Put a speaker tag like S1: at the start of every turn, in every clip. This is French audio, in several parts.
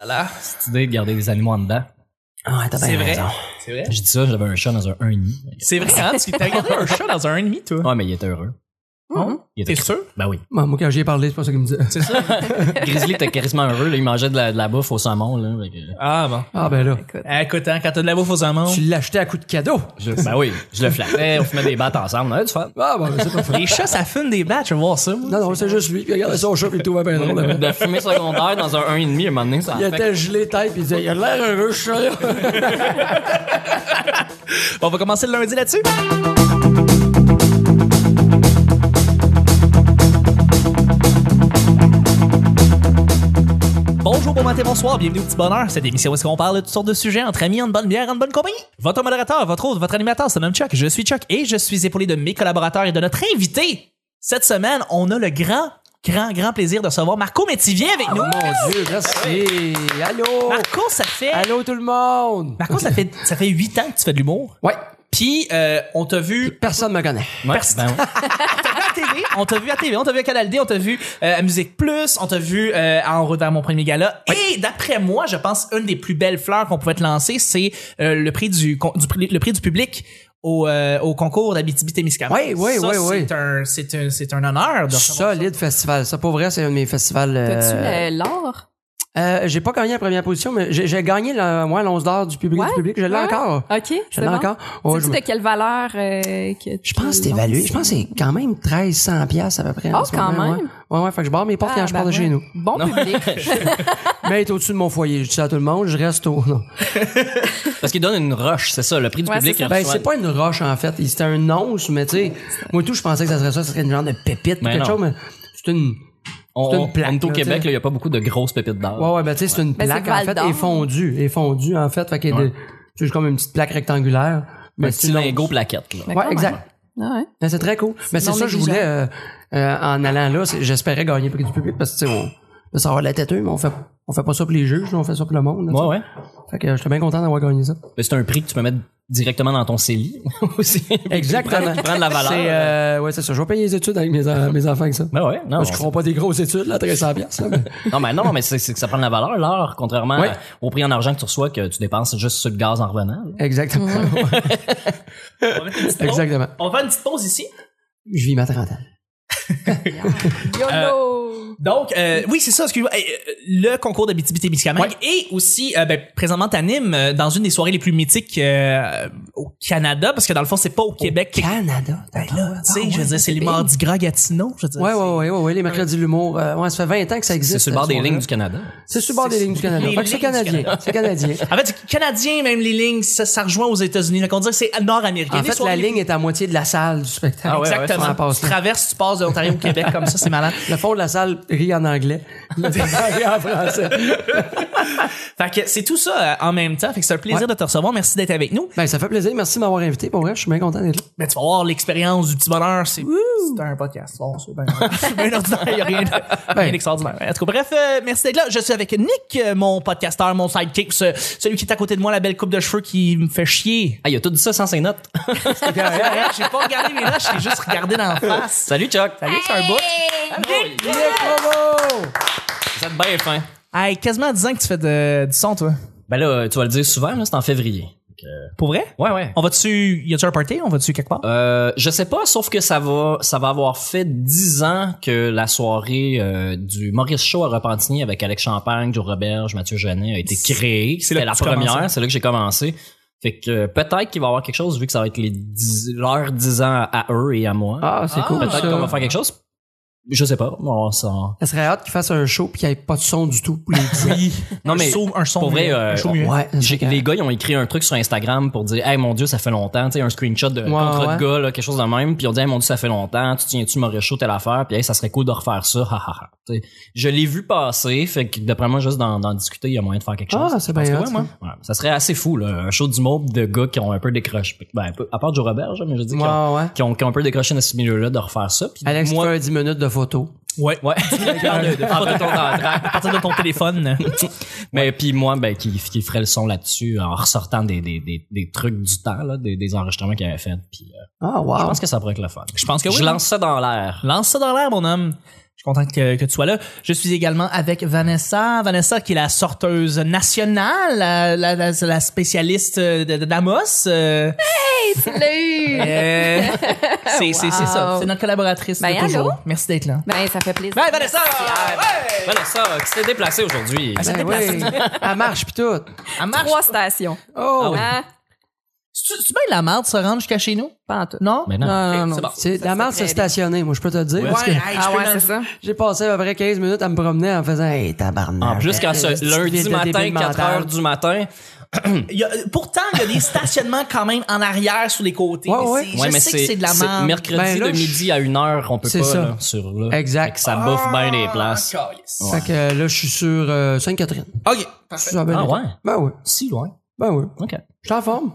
S1: Voilà. Ben
S2: Cette idée de garder des animaux en dedans.
S3: Ah, ouais, t'as
S1: C'est
S3: bien
S1: vrai.
S3: raison.
S1: C'est vrai.
S2: J'ai dit ça, j'avais un chat dans un, un nid.
S1: C'est vrai, hein? Tu t'as gardé un chat dans un ennemi, toi.
S2: Ouais, mais il était heureux.
S3: Mhm.
S2: Il était
S1: T'es sûr?
S2: Ben oui.
S3: Moi, moi, quand j'y ai parlé, c'est pas ça qu'il me disait.
S1: C'est ça?
S2: Grizzly était carrément heureux. là. il mangeait de la, de la bouffe au saumon. Là, fait que-
S1: Ah, bon.
S3: Ah, ben là.
S4: Écoute.
S1: Eh, Écoute, hein, quand t'as de la bouffe aux amandes.
S3: Tu l'achetais à coup de cadeau.
S2: Je- ben oui, je le flattais, on fumait des battes ensemble. On avait du fun.
S3: Ah, ben, c'est pas
S1: Les chats, ça fume des batchs, je vais voir ça. moi.
S3: Non, non, c'est juste lui. Regardez son chat, puis il trouvait bien drôle. là.
S2: De fumer secondaire dans un 1,5 à un moment donné, ça
S3: ben, Il
S2: affecte.
S3: était gelé tête, puis il disait, il a l'air heureux, ce chat.
S1: On va commencer le lundi là-dessus. Bonjour, bon matin, bonsoir, bienvenue au Petit Bonheur. Cette émission où est-ce qu'on parle de toutes sortes de sujets entre amis, en bonne bière, en bonne compagnie. Votre modérateur, votre hôte, votre animateur se nomme Chuck. Je suis Chuck et je suis épaulé de mes collaborateurs et de notre invité. Cette semaine, on a le grand, grand, grand plaisir de recevoir Marco Métivier avec nous.
S3: Mon Dieu, merci. Allô.
S1: Marco, ça fait...
S3: Allô, tout le monde.
S1: Marco, ça fait, ça fait 8 ans que tu fais de l'humour.
S3: Ouais.
S1: Puis, euh, on t'a vu
S3: Personne me connaît.
S2: Ouais,
S1: Parce-
S2: ben ouais.
S1: à TV, on t'a vu à TV, on t'a vu à Canal D, on t'a vu euh, à Musique Plus, on t'a vu euh, à en route vers mon premier gala. Et d'après moi, je pense une des plus belles fleurs qu'on pouvait te lancer, c'est euh, le prix du, con- du pri- le prix du public au, euh, au concours d'Abitibi-Témiscamingue.
S3: Oui, oui,
S1: Ça,
S3: oui, oui.
S1: C'est un c'est un c'est un honneur de recevoir
S3: Solide festival. Ça, pour vrai, c'est un de mes festivals. euh,
S4: T'as-tu le- l'or?
S3: euh, j'ai pas gagné la première position, mais j'ai j'ai gagné le, moi, l'once d'or du public.
S4: Ouais?
S3: Du public. Je l'ai
S4: Ouais?
S3: encore.
S4: OK,
S3: Je
S4: c'est
S3: l'ai
S4: bon.
S3: encore. Ouais,
S4: Sais-tu
S3: je, me-
S4: de quelle valeur euh, que
S3: je pense que c'est évalué. Je pense que c'est quand même 1300 pièces à peu près. en
S4: Oh,
S3: ce
S4: quand
S3: moment,
S4: même. Ah, ben
S3: Ouais, ouais, ouais, Fait que je barre mes portes quand je pars de chez nous.
S4: Bon public.
S3: Mais être au-dessus de mon foyer, je dis ça à tout le monde, je reste au. non.
S2: Parce qu'il donne une roche, c'est ça, le prix du
S4: Ouais,
S2: public. hein. il
S4: c'est ça.
S3: Ben,
S2: reçoit-
S3: c'est pas une roche, en fait. C'était un once, mais tu sais, moi, tout, je pensais que ça serait ça, ça serait une genre de pépite ou
S2: Mais non.
S3: quelque chose, mais c'est une.
S2: on,
S3: c'est une
S2: on-
S3: plaque,
S2: on est au
S3: là,
S2: Québec,
S3: t'sais.
S2: là, il n'y a pas beaucoup de grosses pépites d'or.
S3: Ouais, ouais, ben, tu sais, c'est une
S4: Ben, c'est
S3: plaque, en
S4: Val
S3: fait,
S4: d'Or.
S3: et fondue, et fondue, en fait. Fait qu'elle est de- tu sais, c'est comme une petite plaque rectangulaire.
S2: Un
S3: Mais
S2: petit
S3: sinon-
S2: lingot plaquette. là.
S4: Mais quand
S3: Ouais,
S4: même.
S3: exact.
S4: Ah ouais.
S3: Mais Ben, c'est très cool. Mais c'est
S4: non
S3: ça que je
S4: négligeable.
S3: voulais, euh, euh, en allant là, c'est- j'espérais gagner plus du public parce que, tu sais, on, là, ça va avoir la têteux, mais on fait, on fait pas ça pour les juges, là, on fait ça pour le monde. là, tu
S2: Ouais,
S3: sais.
S2: ouais.
S3: Fait que euh, j'étais bien content d'avoir gagné ça.
S2: Mais c'est un prix que tu peux mettre directement dans ton CELI aussi.
S3: Exactement.
S2: Qui prend de la valeur.
S3: C'est, euh, ouais, c'est ça. Je vais payer les études avec mes, en- mes enfants avec ça.
S2: Ben ouais, non.
S3: Parce qu'ils feront pas des grosses études, là, 1300 piastres, là, mais-
S2: Non, mais non, mais c'est c'est que ça prend de la valeur, l'or, contrairement
S3: Ouais.
S2: à- au prix en argent que tu reçois, que tu dépenses juste sur le gaz en revenant. là.
S3: Exactement.
S1: On va mettre une petite pause.
S3: Exactement.
S1: On va faire une petite pause ici.
S3: Je vis ma trentaine.
S4: Euh, YOLO!
S1: Donc, euh, oui, c'est ça, excuse-moi. Euh, euh, le concours d'Abitibi-Témiscamingue et aussi, euh, ben, présentement, t'animes euh, dans une des soirées les plus mythiques euh, au Canada, parce que dans le fond, c'est pas au Québec.
S3: Canada.
S1: Ben
S3: Ah
S1: là, tu sais, je veux dire, c'est les
S3: morts
S1: mardis gras Gatineau, je veux dire.
S3: Ouais, ouais,
S1: c'est-
S3: ouais, ouais, ouais, les mercredis de l'humour. euh, ouais, ça fait 20 ans que ça existe.
S2: C'est sur le bord
S3: euh,
S2: des
S3: ce
S2: lignes
S3: soir-là.
S2: du Canada.
S3: C'est sur le bord des lignes du Canada.
S1: Les
S3: Fait que c'est
S1: lignes du
S3: canadien.
S1: Canada.
S3: C'est canadien.
S1: En fait, c'est canadien, même les lignes, ça, ça rejoint aux États-Unis. Donc, on dirait que c'est nord-américain.
S3: En
S1: Les
S3: fait,
S1: soirées
S3: la
S1: les plus-
S3: ligne est à moitié de la salle du spectacle.
S2: Ah ouais, ouais,
S1: Exactement.
S3: ça en passe,
S1: tu
S3: là.
S1: traverses, tu passes de l'Ontario au Québec comme ça, c'est malade.
S3: Le fond de la salle rit en anglais. Le spectacle rit en français.
S1: Fait que c'est tout ça euh, en même temps. Fait que c'est un plaisir de te recevoir. Merci d'être avec nous.
S3: Ben, ça fait plaisir. Merci de m'avoir invité. Pour vrai, je suis bien content d'être là.
S1: Mais tu vas voir l'expérience du petit bonheur, c'est c'est un podcast. Bon, c'est bien c'est bien ordinaire, il n'y a rien, de- rien d'extraordinaire. En tout cas, bref, euh, merci d'être là. Je suis avec Nick, euh, mon podcasteur, mon sidekick, ce- celui qui est à côté de moi, la belle coupe de cheveux qui me fait chier.
S2: Ah, il a tout dit ça sans ses notes.
S1: Arrête, J'ai pas regardé mes notes, j'ai juste regardé d'en face.
S2: Salut, Chuck.
S1: Salut, c'est un bout.
S2: Vous êtes bien fin.
S1: Hey, quasiment 10 ans que tu fais de- du son, toi.
S2: Ben là, tu vas le dire souvent, là, c'est en février. Donc, euh,
S1: Pour vrai?
S2: Ouais, ouais.
S1: On va-tu, y a-tu un party? On va-tu quelque part?
S2: Euh, je sais pas, sauf que ça va, ça va avoir fait 10 ans que la soirée euh, du Maurice Show à Repentigny avec Alex Champagne, Joe Roberge, Mathieu Genet a été créée.
S1: là
S2: C'était
S1: que
S2: la
S1: tu
S2: première,
S1: commençais.
S2: c'est là que hein? j'ai commencé. Fait que euh, peut-être qu'il va y avoir quelque chose vu que ça va être les 10, leurs 10 ans à eux et à moi.
S3: Ah, c'est cool.
S2: peut-être
S3: ça.
S2: qu'on va faire quelque chose. Je sais pas. On s'en-
S3: Ça serait hâte qu'ils fassent un show pis qu'il n'y ait pas de son du tout. pour les dix ans.
S2: Non
S1: un
S2: mais
S1: saut- un son
S2: pour vrai,
S1: muet,
S2: euh,
S1: un saut
S2: on-
S1: muet.
S3: Ouais,
S2: J'ai-
S3: c'est
S2: les gars, ils ont écrit un truc sur Instagram pour dire, hey, mon Dieu, ça fait longtemps, tu sais, un screenshot de
S3: Ouais,
S2: contre
S3: ouais.
S2: de gars, là, quelque chose de même, puis ils ont dit, hey, mon Dieu, ça fait longtemps, tu tiens-tu Maurice Show, telle affaire, puis hey, ça serait cool de refaire ça, ha, ha, ha. Tu sais, Je l'ai vu passer, fait que d'après moi, juste d'en d'en discuter, il y a moyen de faire quelque chose.
S3: Ah, c'est
S2: Je pense que
S3: bien hot,
S2: ouais, moi. Ouais, ça serait assez fou, là, un show du monde de gars qui ont un peu décroché, ben, un peu- à part Joe Robert, genre, mais je dis, qui, ont,
S3: Ouais, ouais.
S2: qui ont- qui ont un peu décroché dans ce milieu-là, de refaire ça. Puis
S3: Alex,
S2: moi,
S3: tu fais un 10 minutes de photo.
S1: Ouais.
S2: ouais, Tu parles de- de- de ton entraque.
S1: À partir de ton téléphone.
S2: Mais puis moi, ben, qui, qui ferait le son là-dessus euh, en ressortant des, des, des, des trucs du temps, là, des, des enregistrements qu'il avait fait. Puis euh,
S3: Ah,
S2: je
S3: wow.
S2: pense que hein. ça pourrait être le fun.
S1: Je pense que oui.
S2: Je lance ça dans l'air.
S1: Lance ça dans l'air, mon homme. Je suis content que, que tu sois là. Je suis également avec Vanessa. Vanessa, qui est la sorteuse nationale, la, la- la- la spécialiste euh, de- de- d'Amos. euh,
S4: Salut!
S1: euh, c'est c'est- c'est ça.
S4: Wow.
S1: C'est notre collaboratrice
S4: Ben,
S1: de toujours.
S4: allô?
S1: Merci d'être là.
S4: Ben, ça fait plaisir.
S1: Bye, Vanessa!
S2: Voilà ça, euh, qui s'est déplacé aujourd'hui.
S1: Ah, c'est
S3: Ben
S1: déplacé.
S3: oui. Elle marche pis tout.
S1: Elle marche.
S4: Trois stations.
S3: Oh!
S4: Hein?
S1: C'est c'est bien de la merde se rendre jusqu'à chez nous?
S4: Pas en tout.
S1: Non?
S2: Mais non.
S1: non,
S4: Ok,
S1: non.
S4: c'est bon.
S3: C'est
S4: Ça,
S3: la
S4: c'est
S3: marde
S4: très
S3: se stationner, moi, je peux te le dire.
S2: Ouais.
S3: Parce que
S1: hey, je
S4: Ah
S1: peux
S4: ouais,
S1: dans-
S4: c'est ça.
S3: j'ai passé à peu près 15 minutes à me promener en faisant, hey, tabarnak. Ben,
S2: En plus, quand
S1: Euh,
S3: Hey,
S2: ce
S3: petite ville
S2: lundi
S3: de
S2: matin,
S3: débile
S2: 4
S3: mental.
S2: heures du matin,
S1: Il y a- pourtant, il y a des stationnements quand même en arrière sur les côtés.
S3: Ouais,
S1: mais
S3: ouais.
S1: c'est-
S2: Ouais,
S1: je
S2: mais
S1: sais que c'est de la
S2: c'est
S1: merde.
S2: mercredi
S3: Ben là,
S2: de
S3: je-
S2: midi à une heure, on peut
S3: C'est
S2: pas
S3: ça.
S2: là, sur là.
S3: Exact.
S2: Fait que ça bouffe bien les places.
S1: Ah, calice.
S3: Fait que euh, là, je suis sur euh, Sainte-Catherine.
S1: OK.
S3: Je
S1: Parfait.
S3: suis sur la belle
S2: Ah
S3: étoile.
S2: ouais?
S3: Ben oui.
S2: Si loin.
S3: Ben oui.
S2: OK.
S3: Je suis en forme.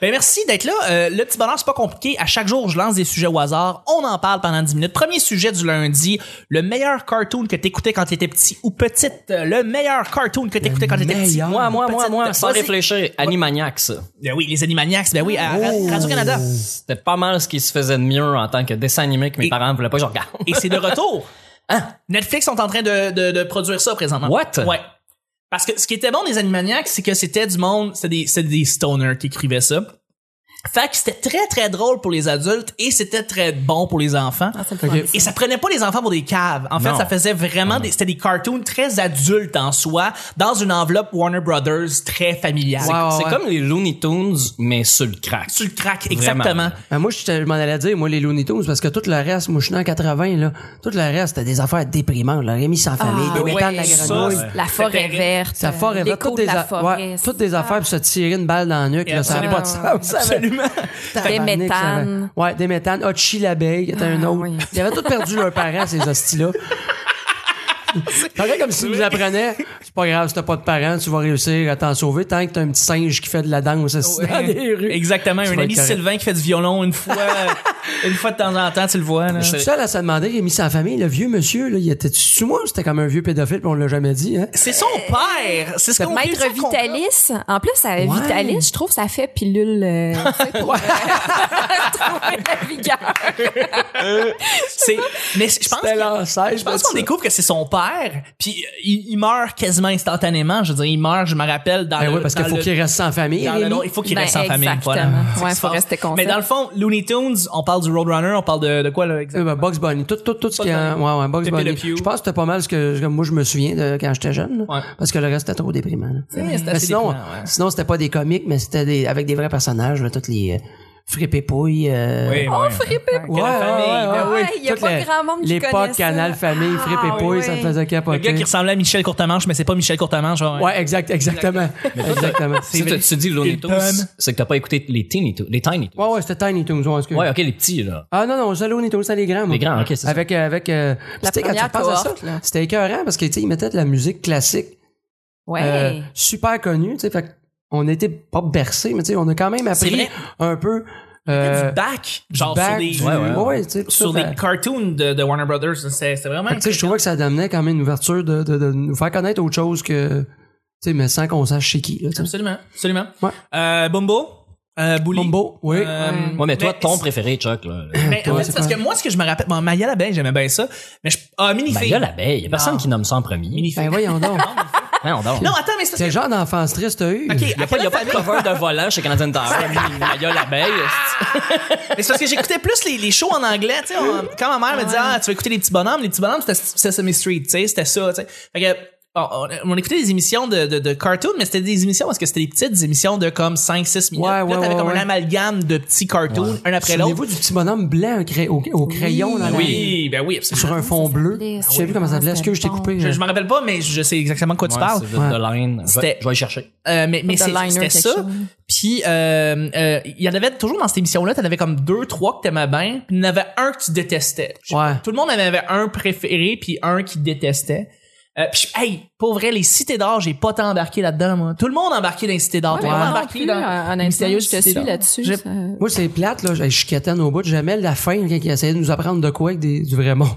S1: Ben, merci d'être là. Euh, le petit bonheur, c'est pas compliqué. À chaque jour, je lance des sujets au hasard. On en parle pendant 10 minutes. Premier sujet du lundi. Le meilleur cartoon que t'écoutais quand t'étais petit ou petite. Euh, Le meilleur cartoon que t'écoutais quand t'étais petit.
S3: meilleur.
S2: Moi, moi, moi,
S1: Petite-
S2: moi, sans
S1: Vas-y.
S2: réfléchir, Animaniacs. ça.
S1: Ben oui, les Animaniacs. Ben oui, à- à
S2: Oh!
S1: Radio-Canada.
S2: C'était pas mal ce qui se faisait de mieux en tant que dessin animé que mes
S1: Et-
S2: parents voulaient pas que je regarde.
S1: Et c'est de retour. Hein? Netflix sont en train de, de, de produire ça présentement.
S2: What?
S1: Ouais. Parce que ce qui était bon des Animaniacs, c'est que c'était du monde, c'était des, c'était des stoners qui écrivaient ça. Fait que c'était très très drôle pour les adultes et c'était très bon pour les enfants.
S4: Ah, c'est le fun,
S3: Ok.
S4: ça.
S1: Et ça prenait pas les enfants pour des caves. En fait,
S2: Non.
S1: ça faisait vraiment des, c'était des cartoons très adultes en soi, dans une enveloppe Warner Brothers très familiale.
S3: Ouais, ouais,
S2: C'est
S3: ouais.
S2: comme les Looney Tunes, mais sur le crack.
S1: Tu le craques,
S2: Vraiment.
S1: exactement.
S3: Ben, moi, je, te- je m'en allais dire, moi, les Looney Tunes, parce que tout le reste, moi, je suis né en 80, là. Tout le reste, c'était des affaires déprimantes, là. Rémi sans famille,
S4: Ah,
S3: des
S4: ouais,
S3: métals de la
S1: ça,
S3: grenouille.
S1: c'est-
S4: La forêt
S1: terrible.
S4: verte.
S3: Ça forêt,
S4: l'écho
S3: toutes
S4: de
S3: des,
S4: la
S3: a-
S4: forêt.
S3: ouais, toutes des affaires pour se tirer une balle dans la nuque, là, ça n'a pas de
S4: absolument.
S3: sens. ça avait- Tabarnak,
S4: Des
S3: ça avait-
S4: méthanes.
S3: Ouais, des méthanes. Hachi l'abeille, qui était un
S4: Ah,
S3: autre.
S4: oui.
S3: Ils avaient tous perdu leurs parents, ces hosties-là. Pareil comme s'ils nous apprenaient, c'est pas grave si t'as pas de parents, tu vas réussir à t'en sauver tant que t'as un petit singe qui fait de la danse hostie, dans les rues.
S1: Exactement.
S3: Tu
S1: Un
S3: vas
S1: ami
S3: être correct.
S1: Sylvain qui fait du violon une fois, une fois de temps en temps, tu le vois. là.
S3: Je suis seul à se demander, Rémi sans famille, le vieux monsieur, là, il était tu moi ou c'était comme un vieux pédophile, pis on l'a jamais dit, hein?
S1: C'est son père. C'est ce qu'on
S4: Maître
S1: c'est ça qu'on-
S4: Vitalis. En plus, ça, Vitalis, je trouve, ça fait pilule euh, tu sais, pour euh, trouver la vigueur.
S1: C'est- mais je pense
S3: C'était ben,
S1: que-
S3: l'ancêtre
S1: je pense
S3: de
S1: qu'on
S3: ça.
S1: découvre que c'est son père, puis euh, il, il meurt quasiment instantanément. Je veux dire, il meurt, je me rappelle, dans
S3: Ben
S1: le...
S3: oui, parce qu'il
S1: dans
S3: faut
S1: le-
S3: qu'il reste sans famille,
S1: dans le-
S3: Rémi.
S1: non, il faut qu'il
S4: Ben,
S1: reste en famille.
S4: exactement.
S1: Voilà. C'est ce
S4: Ouais,
S1: qui se
S4: faut
S1: passe.
S4: rester conscient.
S1: Mais dans le fond, Looney Tunes, on parle du Roadrunner, on parle de, de quoi, là,
S3: Euh,
S1: exactement?
S3: ben, Bugs Bunny, tout, tout, tout ce
S1: Bugs
S3: qui est en-
S1: Bunny.
S3: ouais, ouais, Bugs
S1: Pepe Le
S3: Bunny.
S1: Pew.
S3: Je pense que c'était pas mal ce que ce que moi je me souviens de quand j'étais jeune, là.
S1: Ouais.
S3: parce que le reste c'était trop déprimant. là.
S1: C'est vrai, c'était
S3: Mais
S1: assez
S3: sinon,
S1: déprimant, ouais.
S3: sinon c'était pas des comiques, mais c'était des, avec des vrais personnages, là, toutes les euh, frippés pouilles. euh,
S1: Oui,
S4: Oh,
S1: ouais.
S4: frippé.
S1: Que la famille, ben
S4: oui. Ouais, y a
S3: Toutes
S4: pas
S3: les-
S4: grand monde qui connaît
S3: L'époque
S4: ça.
S3: Canal Famille,
S4: Ah,
S3: frippés pouilles, ça me
S4: oui.
S3: faisait
S1: Le
S3: capoter.
S1: gars qui ressemblait à Michel Courtemanche, mais c'est pas Michel Courtemanche. genre,
S3: Ouais, exact, exactement. Exactement.
S2: Si tu, tu dis Looney
S1: Hilton.
S2: Tunes, c'est que t'as pas écouté les Teeny Tunes. Les Tiny Tunes.
S3: Ouais, ouais, c'était Tiny Toons, ouais, excuse.
S2: Ouais, ok, les petits, là.
S3: Ah non, non, ça, là, on était aussi les grands. moi.
S2: Les grands, ok, c'est ça.
S3: Avec, euh, avec, euh,
S4: La
S3: tu sais, quand tu
S4: première
S3: penses à ça,
S4: cohorte, là.
S3: c'était écœurant parce que, tu sais, ils mettaient de la musique classique,
S4: Ouais.
S1: Ben.
S3: euh, super connue, tu sais, fait on était pas bercés, mais tu sais, on a quand même appris
S1: vrai.
S3: un peu,
S1: Du
S3: euh,
S1: bac, genre
S3: back
S1: sur des,
S3: du-
S2: Ouais, ouais.
S3: ouais, tu sais, tout
S1: sur
S3: ça,
S1: des
S3: fait-
S1: cartoons de, de Warner Brothers. C'est c'est vraiment...
S3: fait que, tu sais, je trouvais que ça amenait quand même une ouverture de, de, de nous faire connaître autre chose que, tu sais, mais sans qu'on sache chez qui, là, tu sais.
S1: Absolument, absolument.
S3: Ouais.
S1: Euh, Bumbo, euh, Bully.
S3: Bumbo, oui.
S1: Euh,
S2: Ouais, mais toi, ton
S1: c'est-
S2: préféré, Chuck, là. Ben,
S1: Mais en
S3: Toi,
S1: fait,
S3: c'est
S1: parce
S3: quoi?
S1: que moi, ce que je me rappelle, bon, Maya la Belle, j'aimais bien ça. Mais je. Ah,
S2: Ben,
S1: Minifig.
S2: il y a l'abeille. Y a personne
S1: Non.
S2: qui nomme ça en premier.
S1: Minifig.
S3: Ben, voyons donc.
S2: Hein, on dort.
S1: Non, attends, mais c'est parce
S3: Quel
S1: que.
S3: genre d'enfance triste t'as eu?
S1: Ok,
S2: Y a pas, y a pas de cover de volant chez Canadian Tower. Il y a l'abeille.
S1: mais c'est parce que j'écoutais plus les, les shows en anglais, tu sais. on- Quand ma mère me disait, ah, tu vas écouter les petits bonhommes, les petits bonhommes, c'était Sesame Street, tu sais, c'était ça, tu sais. Fait que. bon, on, on écoutait des émissions de, de, de cartoons, mais c'était des émissions parce que c'était des petites émissions de comme 5-6 minutes.
S3: Ouais,
S1: Puis là,
S3: ouais,
S1: t'avais
S3: ouais,
S1: comme
S3: ouais.
S1: un amalgame de petits cartoons, un après l'autre.
S3: Souvenez-vous du petit bonhomme blanc au, cra- au- au crayon, là, là,
S1: Oui, ben oui, absolument.
S3: sur un fond bleu.
S4: s'appelait?
S3: Tu
S4: Ah
S3: sais
S4: oui,
S3: vu comment ça
S4: comment
S3: s'appelait? Est-ce que je t'ai
S4: c'était
S3: coupé? euh?
S1: Je, je m'en rappelle pas, mais je sais exactement de quoi tu parles.
S2: de line. Je
S1: C'était-
S2: vais je vais y chercher.
S1: Euh, mais mais
S4: The
S1: c'est-
S4: liner,
S1: c'était
S4: quelque
S1: ça.
S4: chose.
S1: Puis euh, euh, il y en avait toujours dans cette émission-là, t'en avais comme deux, trois que t'aimais bien, puis il y en avait un que tu détestais. Je sais
S3: Ouais.
S1: pas, Tout le monde en avait un préféré, puis un qui détestait. Euh, puis je- hey, pour vrai, les cités d'or, j'ai pas tant embarqué là-dedans, moi. Tout le monde a embarqué dans les cités d'or.
S4: Ouais,
S1: Tout le
S4: mais
S1: monde
S4: moi
S1: a
S4: non
S1: embarqué
S4: plus,
S1: dans-
S4: en- en
S1: dans les
S4: intérieur, je
S1: cités
S4: te suis
S1: d'or.
S4: là-dessus.
S1: J'ai-
S4: ça- Ah,
S3: Moi, c'est plate, là. Je je chicatais au bout. J'aimais la fin quand il essayait de nous apprendre de quoi avec des- du vrai monde.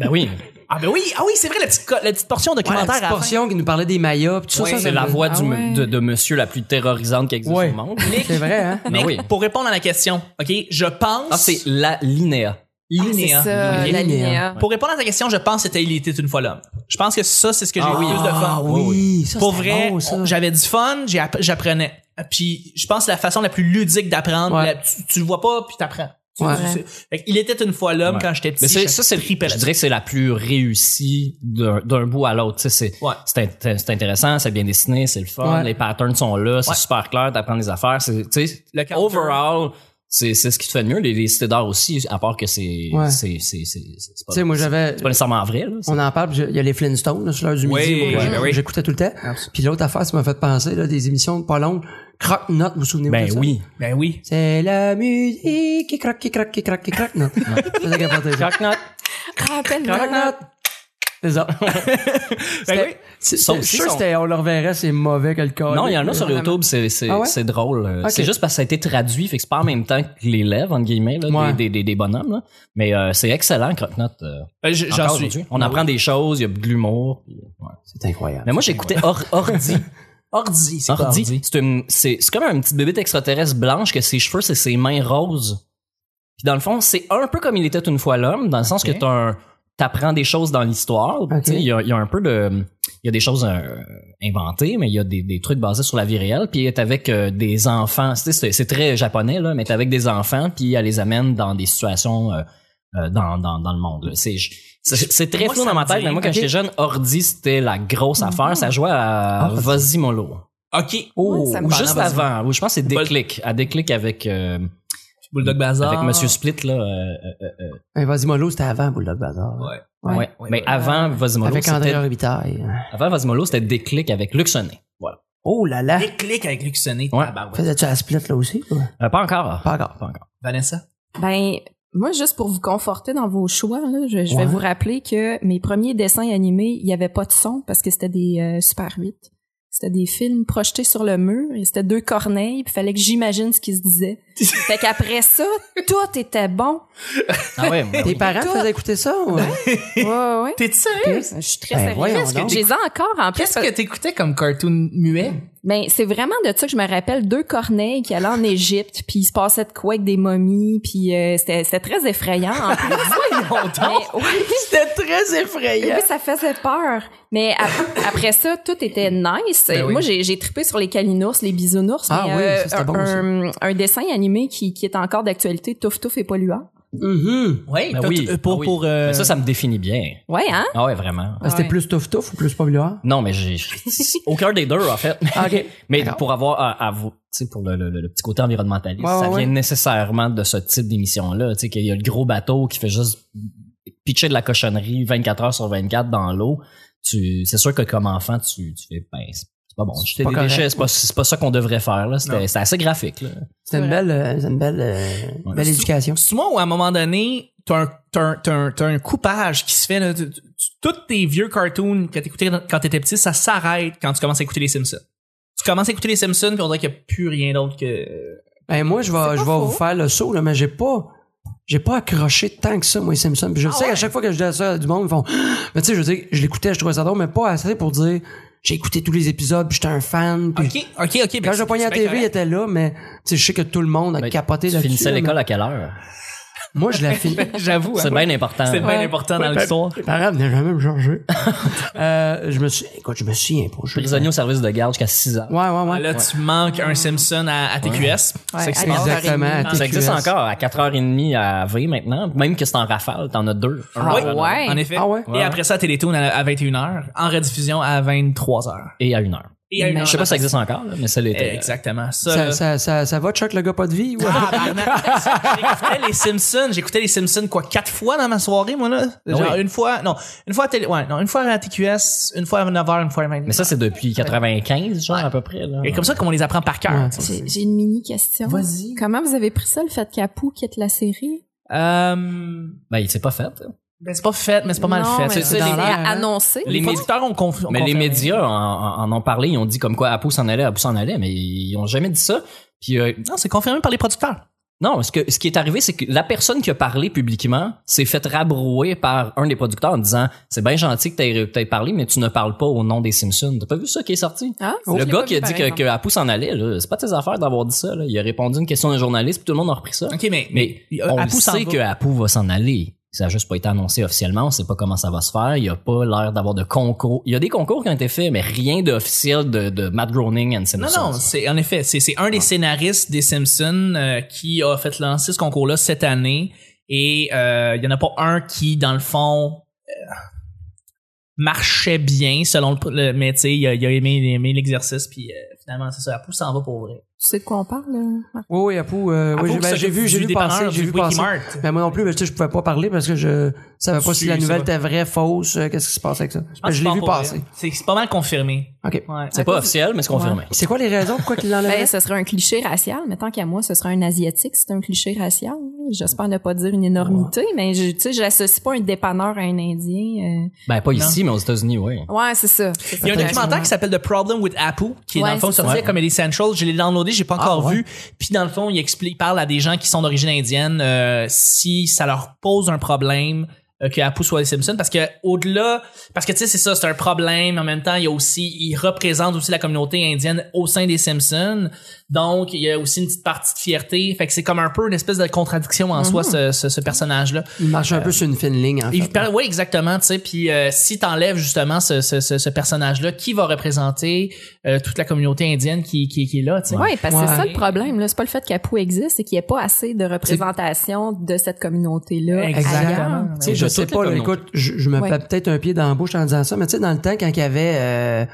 S2: Ben oui.
S1: Ah ben oui, ah oui, c'est vrai, la petite, co- la petite portion
S3: Ouais, la
S1: documentaire. à
S3: petite
S1: la fin.
S3: portion qui nous parlait des mayas. pis tout ça, ça,
S2: C'est
S3: ça
S2: la
S3: me-
S2: voix
S4: Ah
S2: du me-
S4: ouais.
S2: de, de monsieur la plus terrorisante qui existe
S3: Ouais.
S2: au monde.
S3: C'est vrai, hein?
S2: Ben
S1: Mais
S2: oui.
S3: Ah,
S1: pour répondre à la question, ok, je pense.
S2: Ah, c'est la Linéa.
S1: Linéa.
S4: C'est ça,
S1: Ok.
S3: Linéa.
S4: la linéa.
S1: Pour répondre à ta question, je pense que c'était Il était une fois l'homme. Je pense que ça, c'est ce que j'ai eu
S2: Ah
S1: le
S2: oui.
S1: plus de fun.
S3: Ah oui, ça,
S1: Pour
S3: c'était
S1: vrai,
S3: bon, ça.
S2: Oh,
S1: on- j'avais du fun, j'ai app- j'apprenais. Puis je pense que la façon la plus ludique d'apprendre,
S3: Ouais.
S1: la- tu, tu le vois pas, puis t'apprends. Tu-
S3: Ouais.
S1: tu- tu- Fait qu'il était une fois l'homme
S2: Ouais.
S1: quand j'étais petit.
S2: Mais c'est,
S1: je
S2: ça, c'est,
S1: tripais
S2: je
S1: là-dessus.
S2: dirais que c'est la plus réussie d'un, d'un bout à l'autre. Tu sais, C'est,
S1: Ouais.
S2: c'est, int- c'est intéressant, c'est bien dessiné, c'est le fun,
S3: Ouais.
S2: les patterns sont là, c'est
S1: Ouais.
S2: super clair, t'apprends les affaires. C'est, tu sais,
S1: Le counter.
S2: overall, c'est, c'est ce qui te fait de mieux. Les, les cités d'or aussi, à part que c'est,
S3: Ouais.
S2: c'est, c'est, c'est, c'est, c'est pas,
S3: Tu sais, moi, j'avais.
S2: c'est pas nécessairement vrai. Là, C'est-
S3: On en parle, puis je- il y a les Flintstones, là, sur l'heure du
S1: Oui,
S3: midi. moi,
S1: oui,
S3: je-
S1: ben oui.
S3: J'écoutais tout le temps. Puis l'autre affaire, ça m'a fait penser, là, des émissions pas longues. Croque-note, vous vous souvenez
S2: ben
S3: de ça?
S2: oui.
S1: Ben oui.
S3: C'est la musique qui craque, qui craque, qui craque, qui craque. Non. Ça, c'est capoté, ça.
S4: Rappelle-moi.
S3: Croque-note. C'est ça.
S1: Ben oui.
S3: C'est-
S2: Ça
S3: c'est- Je
S2: aussi,
S3: suis sûr que
S2: sont-
S3: c'était, on le reverrait, c'est mauvais que le corps.
S2: Non, il y en a sur YouTube, c'est, c'est,
S3: Ah ouais?
S2: c'est drôle. Euh,
S3: Ok.
S2: C'est juste parce que ça a été traduit, fait que c'est pas en même temps que les lèvres, entre guillemets, là,
S3: Ouais.
S2: des, des, des, des bonhommes. Là. Mais euh, c'est excellent, Croque-Note. euh,
S1: Ben, j- J'en
S2: encore
S1: suis.
S2: aujourd'hui.
S3: Ah
S2: On apprend des choses, il y a de l'humour. puis, ouais.
S3: C'est incroyable.
S2: Mais moi, j'écoutais Or- Ordi.
S1: Ordi, c'est quoi
S2: Ordi, c'est une- c'est c'est comme un petit bébé extraterrestre blanche que ses cheveux, c'est ses mains roses. Puis dans le fond, c'est un peu comme il était une fois l'homme, dans le sens
S1: Ok.
S2: que t'as un- t'apprends des choses dans l'histoire. Tu sais, Il y, a, il y a un peu de... Il y a des choses euh, inventées, mais il y a des, des trucs basés sur la vie réelle. Puis il est avec euh, des enfants. Tu sais, C'est c'est très japonais, là, mais t'es avec des enfants, puis elle les amène dans des situations... euh, euh, dans, dans, dans le monde. là. C'est je- c'est- c'est très
S1: Moi,
S2: flou
S1: ça
S2: dans ma
S1: me
S2: tête,
S1: dit-
S2: mais moi, quand
S1: ok.
S2: j'étais jeune, Ordi, c'était la grosse
S1: Mhm.
S2: affaire. Ça jouait
S1: Ah,
S2: à
S3: Ordi.
S2: Vasimolo.
S1: Ok.
S4: Ouais, ça me
S2: ou
S4: parle
S2: Oh, juste
S1: avant
S2: avant. Ou je pense que c'est
S1: Bol-
S2: Déclic. À Déclic avec, euh,
S1: Bulldog Bazar.
S2: avec Monsieur Split, là. euh, euh,
S3: Ben, Vas-y, Molo, c'était avant Bulldog Bazar.
S1: Ouais.
S3: Ouais.
S2: ouais.
S1: ouais,
S2: Mais
S1: ouais.
S2: avant Vasimolo,
S3: Avec André
S2: c'était,
S3: Robitaille.
S2: avant Vasimolo, c'était Déclic avec Luxonnet. Voilà.
S3: Oh là là.
S1: Des clics avec Luc Sonnet.
S2: Ouais.
S1: tabarouette.
S3: Faisais-tu la split, là aussi? quoi?
S2: Euh, pas encore.
S3: Pas encore.
S2: Pas encore.
S1: Vanessa.
S4: Ben, moi, juste pour vous conforter dans vos choix, là, je, je
S3: Ouais.
S4: vais vous rappeler que mes premiers dessins animés, il n'y avait pas de son parce que c'était des euh, Super 8. C'était des films projetés sur le mur et c'était deux corneilles, puis fallait que j'imagine ce qu'ils se disaient. fait qu'après ça, tout était bon.
S2: Ah ouais, ben
S3: Tes
S2: oui.
S3: parents
S4: Tout.
S3: faisaient écouter ça? ou-
S4: Ouais, ouais, ouais.
S1: T'es sérieux?
S4: Je suis très
S3: Ben, voyons
S4: sérieuse.
S3: donc.
S4: Je les ai encore en plus.
S1: Qu'est-ce que t'écoutais comme cartoon muet?
S4: Ben, c'est vraiment de ça que je me rappelle deux corneilles qui allaient en Égypte, puis il se passait de quoi avec des momies, puis euh, c'était c'était très effrayant. En plus. Mais, ouais.
S3: C'était très effrayant.
S4: Oui, ça faisait peur. Mais ap- après ça, tout était nice.
S1: Ben oui.
S4: Moi, j'ai, j'ai trippé sur les calinours, les bisounours.
S3: Ah
S4: mais,
S3: oui,
S4: euh,
S3: ça, c'était
S4: un,
S3: bon
S4: un, un dessin animé qui, qui est encore d'actualité, Touf Touf et polluant.
S3: Mhm.
S1: Ouais,
S2: Ben
S1: t'as-
S2: oui.
S1: euh, Pour,
S2: Ah oui.
S1: pour, euh,
S2: Mais ça, ça me définit bien.
S4: Ouais, hein?
S2: Ah ouais, vraiment.
S3: Ah, C'était
S4: Ouais.
S3: plus tough tough ou plus populaire?
S2: Non, mais j'ai aucun des deux, en fait.
S3: OK.
S2: Mais
S3: D'accord.
S2: pour avoir à, à vous, tu sais, pour le, le- le- le petit côté environnementaliste,
S3: Ouais,
S2: ça
S3: ouais,
S2: vient
S3: ouais.
S2: nécessairement de ce type d'émission-là. Tu sais, qu'il y a le gros bateau qui fait juste pitcher de la cochonnerie 24 heures sur 24 dans l'eau. Tu, c'est sûr que comme enfant, tu, tu fais, ben, c'est pas bon. Jeter
S3: pas
S2: des
S3: correct.
S2: déchets, c'est pas, c'est pas ça qu'on devrait faire, là. C'était, c'est assez graphique, là.
S3: C'était une
S4: vrai.
S3: belle, euh, c'était une belle, euh,
S2: Ouais.
S3: belle éducation.
S1: C'est moi où à un moment donné, t'as un, t'as un, t'as un, t'as un coupage qui se fait. là. Tu- tu- tu- Tous tes vieux cartoons que t'écoutais dans- quand t'étais petit, ça s'arrête quand tu commences à écouter les Simpsons. Tu commences à écouter les Simpsons, puis on dirait qu'il n'y a plus rien d'autre que.
S3: Ben, moi, je vais, je vais
S4: faux.
S3: vous faire le saut, là, mais j'ai pas, j'ai pas accroché tant que ça, moi, les Simpsons. Puis je sais qu'à chaque fois que je dis ça à du monde, ils font, mais tu sais, je veux dire, je l'écoutais, je trouvais ça drôle, mais pas assez pour dire, j'ai écouté tous les épisodes, puis j'étais un fan, puis
S1: Ok, ben, ok, ok.
S3: quand je l'ai pogné à la TV, il était là, mais, tu sais, je sais que tout le monde a
S2: Ben,
S3: capoté
S2: Tu
S3: là-dessus.
S2: finissais
S3: là,
S2: l'école à quelle heure?
S3: mais Moi, je l'ai fini.
S1: J'avoue,
S2: C'est
S1: hein.
S2: bien important.
S1: C'est bien
S4: Ouais.
S1: important dans l'histoire.
S3: Mes parents venaient jamais me changer. euh, je me suis, écoute, je me suis imposé.
S2: Prisonnier au service de garde jusqu'à 6 ans.
S3: Ouais, ouais, ouais.
S1: Ah, Là, tu manques un Simpson à, à TQS. C'est que c'est-
S4: à
S3: Exactement. à
S2: Ça existe
S3: TQS.
S2: encore à 4h30 à V maintenant, même que c'est en rafale, t'en as deux. Un
S4: Ah
S1: Oui,
S2: rafale, un
S4: ouais.
S1: en effet.
S3: Ah ouais?
S1: Et après ça, Télétoon à- à 21h, en rediffusion à 23h.
S2: Et à une heure.
S1: Et à une heure
S2: Je sais pas si ça existe encore, là, mais ça l'était.
S1: Eh, Exactement. Ça,
S3: Ça,
S1: là- Ah.
S3: ça, ça, ça va, Chuck, le gars pas de vie? Ouais.
S1: Tabarnak. j'écoutais les Simpsons, j'écoutais les Simpsons quoi quatre fois dans ma soirée moi là. Genre
S2: oui.
S1: une fois non, une fois à télé, ouais, non, une fois à TQS, une fois à 9h, une fois à 20
S2: Mais ça, c'est depuis 95, genre, à peu près. Là.
S1: Et comme ça qu'on les apprend par cœur.
S3: Ouais.
S1: tu sais.
S4: J'ai, j'ai une mini question.
S1: Vas-y.
S4: Comment vous avez pris ça, le fait qu'Apou quitte la série?
S1: Euh,
S2: Ben, il s'est pas fait.
S1: ben, c'est pas fait, mais c'est pas mal
S4: Non,
S1: fait.
S4: mais
S1: C'est-
S4: c'est
S1: c'est
S3: dans
S1: les-
S3: l'air, hein?
S4: annoncé.
S1: les, producteurs ont, conf- ont
S2: Mais les
S1: confirmé.
S2: médias en, en- en ont parlé, ils ont dit comme quoi Apo s'en allait, Apo s'en allait, mais ils ont jamais dit ça. Puis euh,
S1: Non, c'est confirmé par les producteurs.
S2: Non, ce, que, ce qui est arrivé, c'est que la personne qui a parlé publiquement s'est fait rabrouer par un des producteurs en disant C'est bien gentil que t'aies aies parlé, mais tu ne parles pas au nom des Simpsons. T'as pas vu ça qui est sorti?
S4: Ah, ça,
S2: le
S4: je l'ai
S2: gars
S4: pas
S2: qui a
S4: vu, par
S2: dit que,
S4: exemple.
S2: que la pousse en allait, là, c'est pas tes affaires d'avoir dit ça. là. Il a répondu à une question d'un journaliste, puis tout le monde a repris ça.
S1: OK, mais,
S2: Mais on le
S1: Apu s'en
S2: sait
S1: va.
S2: que Apu va s'en aller. Ça a juste pas été annoncé officiellement. On sait pas comment ça va se faire. Il y a pas l'air d'avoir de concours. Il y a des concours qui ont été faits, mais rien d'officiel de, de Matt Groening and
S1: Non,
S2: Simpsons.
S1: non, c'est en effet, c'est c'est un des scénaristes des Simpsons euh, qui a fait lancer ce concours-là cette année, et euh, il y en a pas un qui, dans le fond, euh, marchait bien selon le, le- mais tu sais, il a, il a aimé, il a aimé l'exercice, puis euh, finalement c'est ça, la pousse s'en va pour vrai.
S4: Tu sais de quoi on parle, là? Marc?
S3: Oui, oui, Apu, euh,
S1: Apu
S3: oui, j'ai
S1: qui
S3: ben, j'ai
S1: s'occupe
S3: vu, j'ai
S1: du
S3: vu passer,
S1: dépanneur
S3: j'ai
S1: du
S3: vu passer.
S1: Wikimart.
S3: Mais moi non plus, mais tu sais, je pouvais pas parler parce que je savais pas si
S1: Je
S3: la
S1: sais
S3: nouvelle
S1: pas.
S3: était vraie, fausse, euh, qu'est-ce qui se passait avec ça.
S1: Ah,
S3: Mais
S1: c'est
S3: je l'ai
S1: pas
S3: vu
S1: pour vrai.
S3: passer.
S1: C'est c'est pas mal confirmé.
S3: OK.
S1: Ouais.
S2: C'est pas officiel, mais c'est confirmé.
S3: C'est quoi les raisons pourquoi qu'il l'enlèveraient?
S4: Ben, ce serait un cliché racial, mais tant qu'à moi, ce serait un asiatique, c'est un cliché racial. J'espère ne pas dire une énormité, mais je- tu sais, j'associe pas un dépanneur à un Indien.
S2: Ben, pas
S1: Non.
S2: ici, mais aux États-Unis, oui.
S4: euh. Ouais, c'est ça. C'est ça.
S1: Il y a un documentaire qui s'appelle The Problem with Apu, qui est dans
S4: Ouais,
S1: le fond
S4: c'est
S1: sorti à
S4: ça.
S1: Comedy Central. Je l'ai downloadé, j'ai pas encore
S3: Ah, ouais.
S1: vu. Puis dans le fond, il explique, il parle à des gens qui sont d'origine indienne euh, si ça leur pose un problème euh, que Apu soit les Simpsons, parce que au-delà, parce que tu sais c'est ça, c'est un problème. En même temps, il y a aussi, il représente aussi la communauté indienne au sein des Simpsons. Donc il y a aussi une petite partie de fierté. Fait que c'est comme un peu une espèce de contradiction
S4: Mm-hmm.
S1: en soi ce- ce- ce personnage là.
S3: Il marche un peu sur une fine ligne, en
S1: Euh, Il
S3: fait.
S1: parle- oui, exactement. Tu sais, puis euh, si t'enlèves justement ce, ce, ce, ce personnage-là, qui va représenter euh, toute la communauté indienne qui, qui, qui est là, tu sais.
S4: Ouais, parce que
S3: Ouais.
S4: c'est ça le problème. là. C'est pas le fait qu'Apu existe, c'est qu'il n'y ait pas assez de représentation de cette communauté-là.
S1: Exactement.
S4: ailleurs.
S3: Tu sais, je
S2: De
S3: sais
S2: toutes les
S3: pas, là,
S2: communautés.
S3: écoute, je, je me
S4: Ouais.
S3: fais peut-être un pied dans la bouche en disant ça, mais tu sais, dans le temps, quand il y avait euh,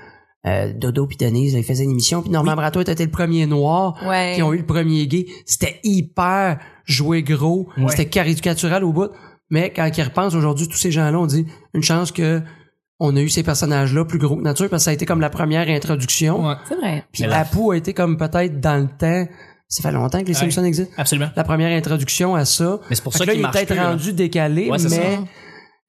S3: euh, Dodo puis Denise, là, ils faisaient une émission, puis Norman Brato était le premier noir,
S4: Ouais.
S3: qui ont eu le premier gay, c'était hyper joué gros, c'était caricatural au bout, mais quand ils repensent aujourd'hui, tous ces gens-là, on dit une chance que on a eu ces personnages-là plus gros que nature, parce que ça a été comme la première introduction,
S1: Ouais.
S4: C'est vrai.
S3: puis
S2: Mais là-
S3: Apu a été comme peut-être dans le temps, ça fait longtemps que les
S1: Ouais.
S3: Simpsons existent,
S1: Absolument.
S3: la première introduction à ça,
S2: Mais c'est pour
S3: fait
S2: ça
S3: que là,
S2: qu'il
S3: il est
S2: marche
S3: peut-être
S2: plus, là.
S3: rendu décalé,
S2: Ouais, c'est
S3: mais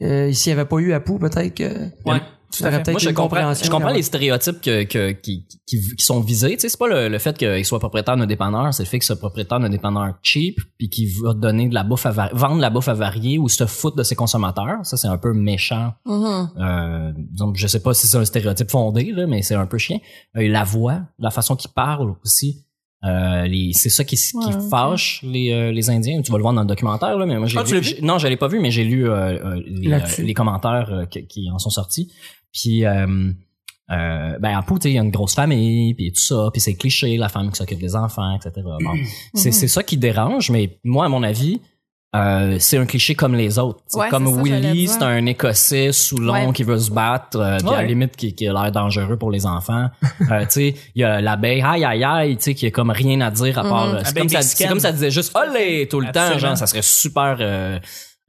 S3: euh, s'il n'y avait pas eu Apu, peut-être que
S1: Ouais,
S3: tu aurais peut-être
S2: Moi, je
S3: une
S2: comprends,
S3: compréhension.
S2: je comprends les stéréotypes que, que- qui, qui, qui sont visés. Tu sais, c'est pas le, le fait qu'il soit propriétaire d'un dépanneur, c'est le fait qu'il soit propriétaire d'un dépanneur cheap puis qu'il va donner de la bouffe à va- vendre de la bouffe avariée ou se foutre de ses consommateurs. Ça, c'est un peu méchant.
S4: Mhm.
S2: Euh, disons, je sais pas si c'est un stéréotype fondé, là, mais c'est un peu chiant. Euh, la voix, la façon qu'ils parlent aussi. Euh, les- c'est ça qui, qui
S4: Ouais, ouais.
S2: fâche les, euh, les Indiens. Tu vas le voir dans le documentaire, là, mais moi j'ai
S1: Ah, tu l'as
S2: lu-
S1: vu?
S2: j'ai- non, je l'ai pas vu, mais j'ai lu euh, euh, les,
S3: Là-dessus.
S2: euh, les commentaires euh, qui, qui en sont sortis. Puis euh, euh, ben à Pou, tu sais, il y a une grosse famille, puis tout ça, puis c'est cliché, la femme qui s'occupe des enfants, etc. Bon, c'est
S4: Mhm.
S2: c'est ça qui dérange, mais moi à mon avis, euh, c'est un cliché comme les autres. C'est
S4: Ouais,
S2: comme
S4: c'est ça, j'allais
S2: Willy,
S4: dire.
S2: c'est un Écossais sous long
S4: Ouais.
S2: qui veut se battre, euh, puis à la
S1: Ouais.
S2: limite qui, qui a l'air dangereux pour les enfants. Euh, tu sais, il y a l'abeille, aïe aïe aïe, tu sais, qui a comme rien à dire à part.
S4: Mhm.
S2: euh, c'est
S1: Abeille
S2: comme, ça,
S1: mexicaine.
S2: c'est comme ça disait juste olé tout le temps,
S1: Absolument.
S2: genre ça serait super, euh,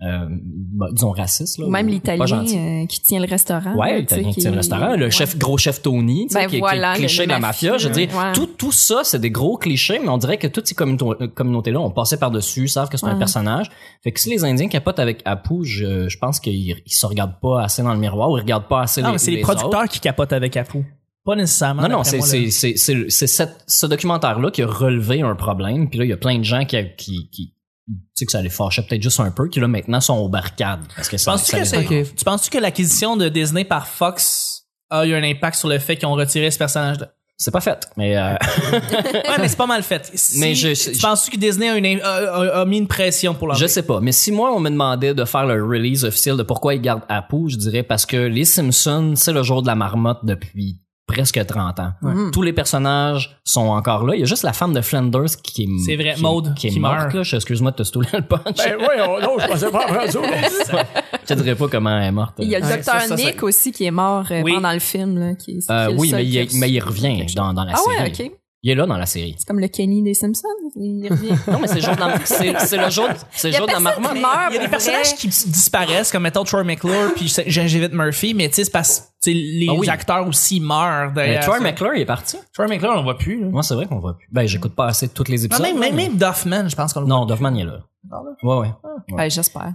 S2: euh, bah, disons raciste là.
S4: Ou même
S2: ou Pas
S4: l'Italien
S2: gentil.
S4: euh, qui tient le restaurant.
S2: Ouais,
S4: là,
S2: l'italien
S4: tu sais,
S2: qui tient le
S4: qui-
S2: restaurant, le
S4: Ouais.
S2: chef, gros chef Tony, tu sais,
S4: Ben
S2: qui, est- qui est
S4: voilà, le-
S2: cliché
S4: le
S2: de la
S4: mafieux,
S2: mafia. Je veux dire,
S4: ouais.
S2: tout, tout ça, c'est des gros clichés, mais on dirait que toutes ces communauto- euh, communautés-là, on passait par-dessus, savent que c'est un
S4: Ouais.
S2: personnage. Fait que si les Indiens capotent avec Apu, je, je pense qu'ils ils se regardent pas assez dans le miroir ou ils regardent pas assez
S1: Non,
S2: les,
S1: mais c'est les,
S2: les
S1: producteurs
S2: autres.
S1: qui capotent avec Apu. Pas nécessairement.
S2: Non, non,
S1: d'après
S2: c'est
S1: moi,
S2: c'est-
S1: là.
S2: c'est- c'est- c'est cette- ce documentaire-là qui a relevé un problème. Puis là, il y a plein de gens qui... qui, qui tu sais que ça les fâchait peut-être juste un peu, qui là maintenant sont aux barricades. Parce que ça,
S1: Penses-tu
S2: ça
S1: que
S2: les-
S1: c'est-
S3: Ok.
S1: Tu penses-tu que l'acquisition de Disney par Fox a eu un impact sur le fait qu'ils ont retiré ce personnage-là?
S2: c'est pas fait. Mais euh,
S1: Ouais, mais c'est pas mal fait. Si-
S2: Mais je-
S1: tu penses-tu que Disney a, une- a- a- a mis une pression pour leur
S2: Je sais pas, mais si moi on me demandait de faire le release officiel de pourquoi ils gardent Apu, je dirais parce que les Simpsons, c'est le jour de la marmotte depuis presque 30 ans.
S4: Mhm.
S2: Tous les personnages sont encore là. Il y a juste la femme de Flanders qui est
S1: C'est vrai,
S2: qui,
S1: Maude,
S2: qui est
S1: qui meurt.
S2: morte. Là. Je- Excuse-moi de te stouler le punch.
S3: Ben, je pensais pas
S2: je te dirais pas comment elle est morte.
S4: Il y a le
S1: Ouais,
S4: docteur
S1: ça, ça, ça-
S4: Nick aussi qui est mort euh,
S1: Oui.
S4: pendant le film. Là, qui, est-
S2: Euh,
S4: qui est le
S2: oui,
S4: seul
S2: mais
S4: qui a
S2: il,
S4: reçu
S2: mais il revient dans, dans la
S4: Ah
S2: série.
S4: ouais, ok.
S2: Il est là dans la série.
S4: C'est comme le Kenny des Simpsons. Il revient.
S2: Non, mais c'est le jour de la, c'est, c'est le jour, c'est le
S4: Y a
S2: jour de la
S4: personne
S2: marmotte.
S4: qui meurt,
S1: Il y a des
S4: pour
S1: personnages
S4: vrai.
S1: qui disparaissent, comme mettons Troy McClure puis Gingivit Murphy, mais tu sais, c'est parce que tu sais, les
S2: Ah oui.
S1: acteurs aussi meurent
S2: Mais
S1: derrière.
S2: Euh, Troy
S1: ça.
S2: McClure, il est parti.
S1: Troy McClure, on le voit plus. là.
S2: Moi, c'est vrai qu'on voit plus. Ben, j'écoute pas assez toutes les
S1: Non,
S2: épisodes.
S1: même,
S2: là,
S1: même,
S2: mais-
S1: même Duffman, je pense qu'on le voit.
S2: Non, Doffman, il est là. Ouais, ouais.
S4: Ben, J'espère.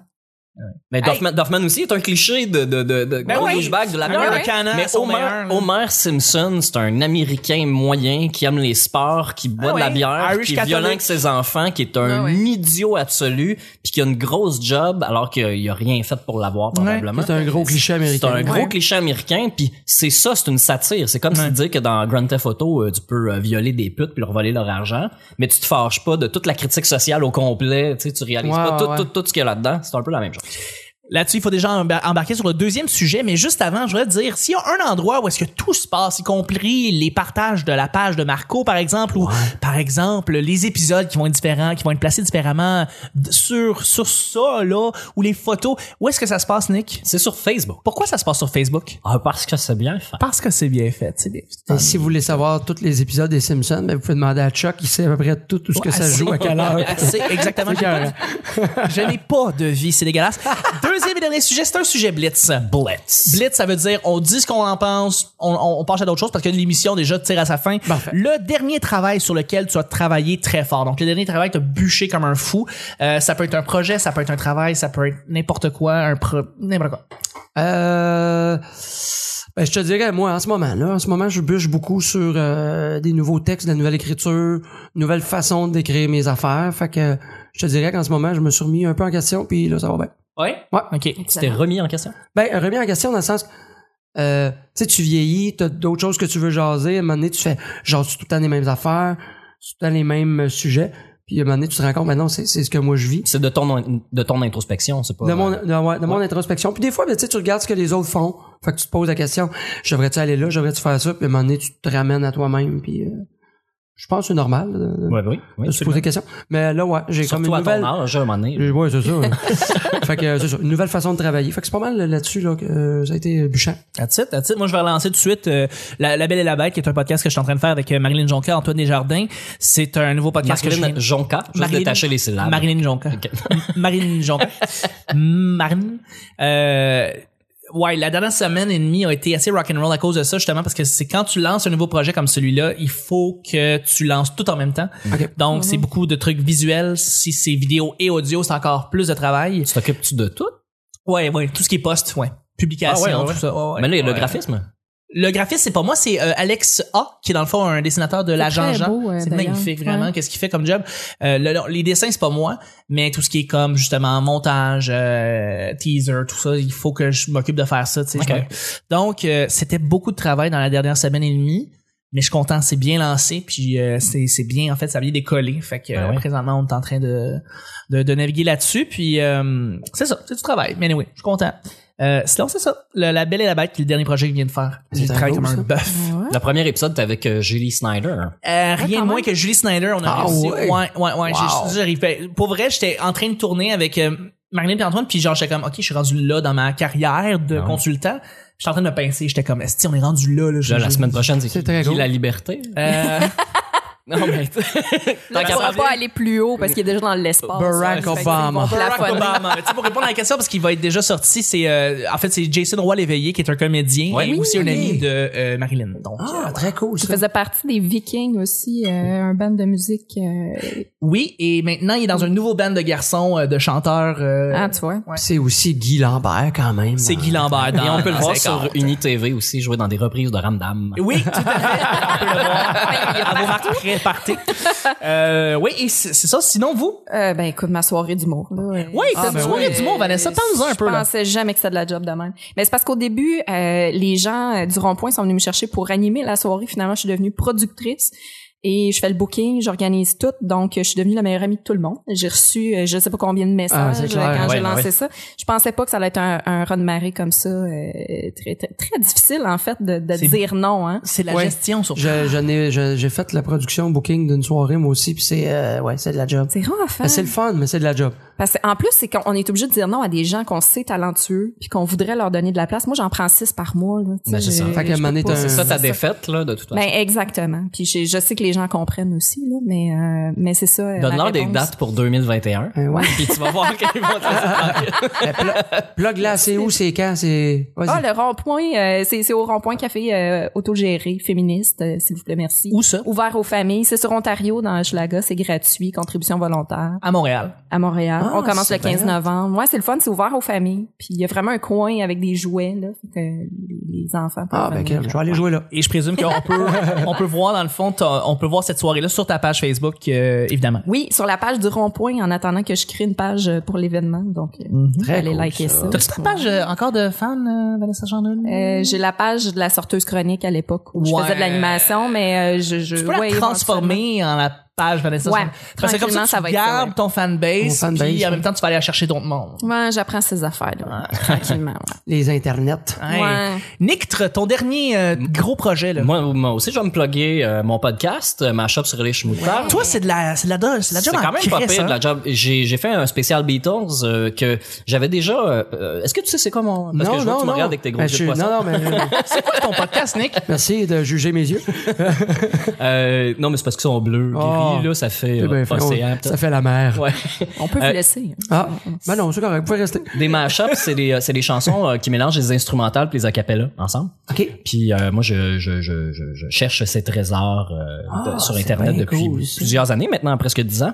S2: Mais Doffman, Doffman aussi est un cliché de, de, de, de
S1: Ben
S2: gros
S1: oui.
S2: douchebag de la
S1: Ben
S2: merde.
S1: oui. Canan,
S2: Mais
S1: c'est au
S2: Homer,
S1: meilleur, là.
S2: Homer Simpson, c'est un Américain moyen qui aime les sports, qui
S1: Ah
S2: boit de la
S1: oui.
S2: bière,
S1: Irish
S2: qui est
S1: Catholic.
S2: violent avec ses enfants, qui est un
S4: Ah oui.
S2: idiot absolu, puis qui a une grosse job alors qu'il a- il a rien fait pour l'avoir probablement.
S3: C'est un gros cliché
S2: C'est
S3: américain.
S2: un gros
S1: Ouais.
S2: cliché américain, puis c'est ça, c'est une satire. C'est comme si
S1: Ouais.
S2: tu dis que dans Grand Theft Auto, euh, tu peux euh, violer des putes puis leur voler leur argent, mais tu te fâches pas de toute la critique sociale au complet. Tu sais, tu réalises
S3: Ouais,
S2: pas tout,
S3: ouais.
S2: tout, tout ce qu'il y a là-dedans. C'est un peu la même chose.
S1: Là-dessus, il faut déjà embar- embarquer sur le deuxième sujet, mais juste avant, je voudrais te dire, s'il y a un endroit où est-ce que tout se passe, y compris les partages de la page de Marco, par exemple, ou par exemple les épisodes qui vont être différents, qui vont être placés différemment d- sur sur ça là, ou les photos, où est-ce que ça se passe, Nick
S2: C'est sur Facebook.
S1: Pourquoi ça se passe sur Facebook
S2: Ah, parce que c'est bien fait.
S1: Parce que c'est bien fait. C'est des-
S3: Et si vous voulez savoir tous les épisodes des Simpsons, ben, vous pouvez demander à Chuck, il sait à peu près tout, tout ce que
S1: Ouais,
S3: ça
S1: c'est-
S3: joue à quelle heure.
S1: C'est exactement.
S3: C'est carré.
S1: Je n'ai pas de vie, c'est dégueulasse. Deuxième et dernier sujet, c'est un sujet blitz.
S2: Blitz.
S1: Blitz, ça veut dire on dit ce qu'on en pense, on, on, on passe à d'autres choses parce que l'émission déjà tire à sa fin.
S3: Parfait.
S1: Le dernier travail sur lequel tu as travaillé très fort, donc le dernier travail que tu as bûché comme un fou, euh, ça peut être un projet, ça peut être un travail, ça peut être n'importe quoi, un pro... n'importe quoi.
S3: Euh, ben, je te dirais, moi, en ce moment, là, en ce moment, je bûche beaucoup sur euh, des nouveaux textes, de la nouvelle écriture, nouvelle façon d'écrire mes affaires. Fait que je te dirais qu'en ce moment, je me suis remis un peu en question, puis là, ça va bien.
S1: Oui?
S3: Ouais.
S1: OK.
S2: Tu t'es remis en question.
S3: Ben, remis en question dans le sens que, euh, tu sais, tu vieillis, t'as d'autres choses que tu veux jaser. À un moment donné, tu fais, genre, c'est tout le temps les mêmes affaires, c'est tout le temps les mêmes euh, sujets. Puis à un moment donné, tu te rends compte, ben non, c'est c'est ce que moi je vis.
S2: C'est de ton, de ton introspection, c'est pas.
S3: De mon, de, ouais, de mon introspection. Puis des fois, ben, tu sais, tu regardes ce que les autres font. Fait que tu te poses la question, devrais-tu aller là, devrais-tu faire ça? Puis à un moment donné, tu te ramènes à toi-même. Puis euh, je pense que c'est normal de, de
S2: Ouais, oui, oui.
S3: se poser des questions. Mais là, ouais, j'ai comme
S2: Surtout
S3: une
S2: à
S3: nouvelle... Euh,
S2: ton âge, à un moment donné.
S3: Ouais, c'est ça. fait que euh, c'est ça, une nouvelle façon de travailler. Fait que c'est pas mal là-dessus là, que euh, ça a été bûchant.
S1: That's it, that's it. Moi, je vais relancer tout de suite euh, la, la Belle et la Bête, qui est un podcast que je suis en train de faire avec euh, Marilyn Jonca, Antoine Desjardins. C'est un nouveau podcast que je viens
S2: Marceline Jonca, juste
S1: Marilyn-
S2: détacher les syllabes.
S1: Marilyn Jonca.
S2: Ok.
S1: Marine Jonca. Marine. Euh, ouais, la dernière semaine et demie a été assez rock'n'roll à cause de ça, justement, parce que c'est quand tu lances un nouveau projet comme celui-là, il faut que tu lances tout en même temps.
S3: Ok.
S1: Donc, c'est beaucoup de trucs visuels. Si c'est vidéo et audio, c'est encore plus de travail.
S2: Tu t'occupes-tu de tout?
S1: Ouais, ouais, tout ce qui est post, ouais. Publication,
S2: Ah ouais, ouais,
S1: tout ça. ouais, ouais.
S2: Mais là, il y a le
S1: Ouais.
S2: graphisme.
S1: Le graphiste, c'est pas moi, c'est euh, Alex A, qui est dans le fond un dessinateur de la Jean
S4: très
S1: Jean.
S4: beau, euh,
S1: c'est
S4: d'ailleurs.
S1: magnifique, vraiment.
S4: Ouais.
S1: Qu'est-ce qu'il fait comme job? Euh, le- le- les dessins, c'est pas moi, mais tout ce qui est comme justement montage, euh, teaser, tout ça, il faut que je m'occupe de faire ça. tu sais.
S2: Ok.
S1: Je m'occupe. Donc, euh, c'était beaucoup de travail dans la dernière semaine et demie. Mais je suis content, c'est bien lancé, puis euh, c'est c'est bien, en fait, ça a bien décollé. Fait que
S2: Ben
S1: euh,
S2: ouais.
S1: présentement, on est en train de, de, de naviguer là-dessus, puis euh, c'est ça, c'est du travail. Mais anyway, je suis content. Euh, sinon, c'est ça. Le- la Belle et la Bête, qui est le dernier projet que je viens de faire.
S3: C'est
S1: J'ai travaillé
S3: un
S1: comme un
S3: beau,
S1: bœuf.
S4: Ouais.
S2: Le premier épisode, t'es avec euh, Julie Snyder.
S1: Euh,
S4: Ah,
S1: rien
S4: quand
S1: de moins
S4: même.
S1: que Julie Snyder, on a
S3: Ah,
S1: réussi.
S3: ouais.
S1: Ouais, ouais, ouais, j'ai-
S3: Wow.
S1: j'arrivais- Pour vrai, j'étais en train de tourner avec euh, Marilyn et Antoine, puis genre, j'étais comme, OK, je suis rendu là dans ma carrière de
S2: Ah ouais.
S1: consultant. J'étais en train de me pincer, j'étais comme, Esti, on est rendu là, là.
S2: Là, la semaine prochaine, c'est
S3: C'est
S2: qui
S3: très
S2: Guy
S3: gros.
S2: la liberté.
S1: Euh,
S2: Non, mais.
S4: Là,
S2: Tant
S4: on
S2: qu'à
S4: pourra
S2: parler-
S4: pas aller plus haut parce qu'il est déjà dans l'espace.
S3: Barack
S4: Fait que c'est bon
S3: Obama.
S1: Barack
S4: plafonnement.
S1: Obama. Mais tu sais, pour répondre à la question, parce qu'il va être déjà sorti, c'est euh, en fait c'est Jason Roy Léveillé qui est un comédien
S2: Ouais.
S1: et
S2: Oui.
S1: aussi un ami de euh, Marilyn. Donc euh,
S3: Ah, très cool.
S4: Je
S3: Ça.
S4: faisais partie des Vikings aussi, euh, un band de musique. euh,
S1: oui, et maintenant il est dans un nouveau band de garçons, euh, de chanteurs. euh,
S4: Ah, tu vois.
S1: Ouais.
S3: C'est aussi Guy Lambert quand même.
S1: c'est Guy Lambert.
S2: Et
S1: dans-
S2: on peut le
S1: dans
S2: voir
S1: Cinq
S2: sur
S1: Arts.
S2: UniTV aussi, jouer dans des reprises de Ramdam.
S1: Oui, tout à fait. On peut le voir. À vos marques, répartez. Euh, oui, et c'est c'est ça. Sinon, vous?
S4: Euh, ben écoute, ma soirée d'humour. là, euh,
S1: Oui, t'as
S3: Ah,
S1: une
S3: ben
S1: soirée
S3: oui.
S1: d'humour, Vanessa. Parle-nous un peu,
S4: Je
S1: là.
S4: pensais jamais que c'était de la job de même. Mais c'est parce qu'au début, euh, les gens euh, du rond-point sont venus me chercher pour animer la soirée. Finalement, je suis devenue productrice et je fais le booking, j'organise tout. Donc, euh, je suis devenue la meilleure amie de tout le monde. J'ai reçu, euh, je sais pas combien de
S3: Ah,
S4: messages
S3: c'est
S4: euh,
S3: clair.
S4: quand
S2: Ouais,
S4: j'ai
S2: ben
S4: lancé
S2: ouais.
S4: ça. Je pensais pas que ça allait être un, un run de marée comme ça. euh, très, très, très difficile, en fait, de, de
S1: C'est-
S4: dire non. Hein.
S1: C'est la
S3: Ouais.
S1: gestion sur
S3: Je- je n'ai- je- J'ai fait la production booking d'une soirée moi aussi, puis c'est euh, ouais, c'est de la job.
S4: Ah, C'est rare à
S3: Ben,
S4: faire.
S3: C'est le fun, mais c'est de la job.
S4: Parce qu'en plus, c'est qu'on on est obligé de dire non à des gens qu'on sait talentueux puis qu'on voudrait leur donner de la place. Moi, j'en prends six par mois. Là, tu
S2: Ben,
S4: sais,
S2: c'est ça.
S4: je-
S3: Fait que
S4: je peux
S3: Mané,
S4: pas-
S3: t'as un-
S2: C'est ça ta
S4: c'est
S2: défaite, là, de toute façon.
S4: Ben exactement. Puis je, je sais que les gens comprennent aussi, là, mais euh, mais c'est ça. euh, ma
S2: Donne-leur des
S4: réponse.
S2: dates pour 2021.
S3: Euh, ouais.
S2: Puis tu vas voir qu'ils vont te
S3: Plug là, c'est où, c'est quand, c'est. Vas-y.
S4: Ah, le rond-point, euh, c'est c'est au rond-point café euh, autogéré, féministe, euh, s'il vous plaît, merci.
S1: où ça?
S4: Ouvert aux familles, c'est sur Ontario, dans Hochelaga, c'est gratuit, contribution volontaire,
S1: À Montréal.
S4: à Montréal. on commence le
S3: Ah, c'est
S4: 15
S3: bien.
S4: novembre. Moi, c'est le fun, c'est ouvert aux familles. Puis il y a vraiment un coin avec des jouets, là, fait que les les enfants peuvent
S3: Ah, ben,
S4: venir.
S3: quel- je vais aller jouer là.
S1: Et je présume qu'on peut, on peut voir dans le fond, t'as- on peut voir cette soirée-là sur ta page Facebook, euh, évidemment.
S4: Oui, sur la page du rond-point, en attendant que je crée une page euh, pour l'événement. Donc, euh,
S3: Très
S4: allez
S3: cool,
S4: liker ça.
S1: T'as-tu ta page euh, encore de fan, euh, Vanessa Chandon?
S4: Euh, j'ai la page de la sorteuse chronique à l'époque où je
S1: Ouais.
S4: faisais de l'animation, mais euh, je, je
S1: tu peux la
S4: ouais,
S1: transformer en la page Vanessa
S4: Ouais,
S1: Chandon. Parce que comme ça,
S4: tranquillement,
S1: tu
S4: ça va être ça,
S1: gardes
S4: ouais.
S1: ton
S3: Mon
S1: fanbase,
S3: fanbase,
S1: puis en
S3: ouais.
S1: même temps, tu vas aller la chercher d'autres mondes.
S4: éventuellement. Ouais, j'apprends ces affaires là, tranquillement. ouais.
S3: Les internets.
S2: Ah.
S1: Hey.
S4: Ouais.
S1: Hein? Nictre, ton dernier euh, gros projet, là.
S2: Moi, moi aussi, je vais me plugger euh, mon podcast, euh, ma shop sur les chemins de terre.
S1: Toi, c'est de la, c'est de la, do- c'est de la
S2: C'est
S1: job en
S2: quand même pas
S1: crise,
S2: pire de
S1: hein.
S2: la job. J'ai j'ai fait un spécial Beatles euh, que j'avais déjà. euh, euh, Est-ce que tu sais c'est quoi mon Parce que je vois que tu me regardes avec tes gros
S3: Ben,
S2: yeux
S3: je-
S2: de poisson.
S3: Non, non, mais
S1: C'est quoi ton podcast, Nick?
S3: merci de juger mes yeux.
S2: Euh, non, mais c'est parce qu'ils sont bleus,
S3: Oh.
S2: gris, là, ça fait euh,
S3: Ben, fait-
S2: océan. peut-être.
S3: ça fait la mer.
S2: Ouais.
S4: On peut
S2: Euh,
S4: vous laisser.
S1: hein.
S3: Ah, ben non, c'est correct, vous pouvez rester.
S2: Des mashups, c'est des, euh, c'est des chansons euh, qui mélangent les instrumentales et les acapellas ensemble.
S3: OK.
S2: Puis euh, moi, je, je, je, je, je cherche ces trésors euh, de-
S3: Ah,
S2: sur
S3: c'est
S2: Internet
S3: bien
S2: depuis
S3: cool, ça.
S2: plusieurs années, maintenant presque 10 ans,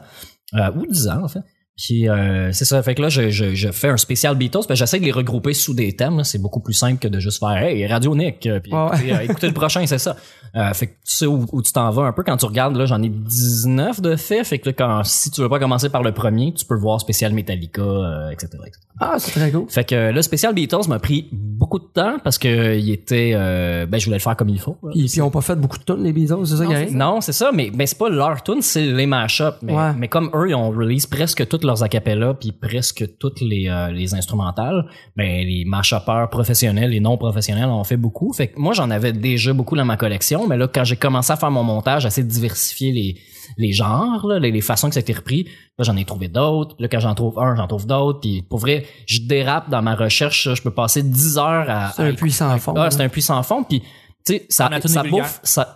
S2: euh, ou 10 ans en fait. Puis euh, c'est ça, fait que là, je, je, je fais un spécial Beatles, parce que j'essaie de les regrouper sous des thèmes. là. C'est beaucoup plus simple que de juste faire Hey, Radio Nick, euh, puis
S3: Ouais.
S2: écoutez, euh, écoutez le prochain, c'est ça. Euh, fait que tu sais où, où tu t'en vas un peu quand tu regardes, là, j'en ai 19 de fait. Fait que là, quand, si tu veux pas commencer par le premier, tu peux voir spécial Metallica, euh, etc. etc.
S3: Ah, c'est très cool.
S2: Fait que euh, le spécial Beatles m'a pris beaucoup de temps parce que euh, il était euh, ben je voulais le faire comme il faut.
S3: Puis, puis ils ont pas fait beaucoup de tonnes, les bisous, c'est ça qui arrive?
S2: Non, c'est ça, mais ben, c'est pas leur tune, c'est les mashups. Mais,
S3: Ouais.
S2: mais comme eux, ils ont release presque toutes leurs acapellas puis presque toutes les, euh, les instrumentales, ben les mashupeurs professionnels et non professionnels ont fait beaucoup. Fait que moi, j'en avais déjà beaucoup dans ma collection, mais là, quand j'ai commencé à faire mon montage, j'ai essayé de diversifier les, les genres, là, les, les façons que ça a été repris. Là, j'en ai trouvé d'autres. Là, quand j'en trouve un, j'en trouve d'autres. Puis pour vrai, je dérape dans ma recherche. Je peux passer 10 heures à...
S3: C'est un puissant fond. hein.
S2: Ah,
S3: là.
S2: c'est un puits sans fond. Puis, tu sais, ça,
S1: On a tous
S2: ça
S1: des vulgaires.
S2: bouffe... Ça...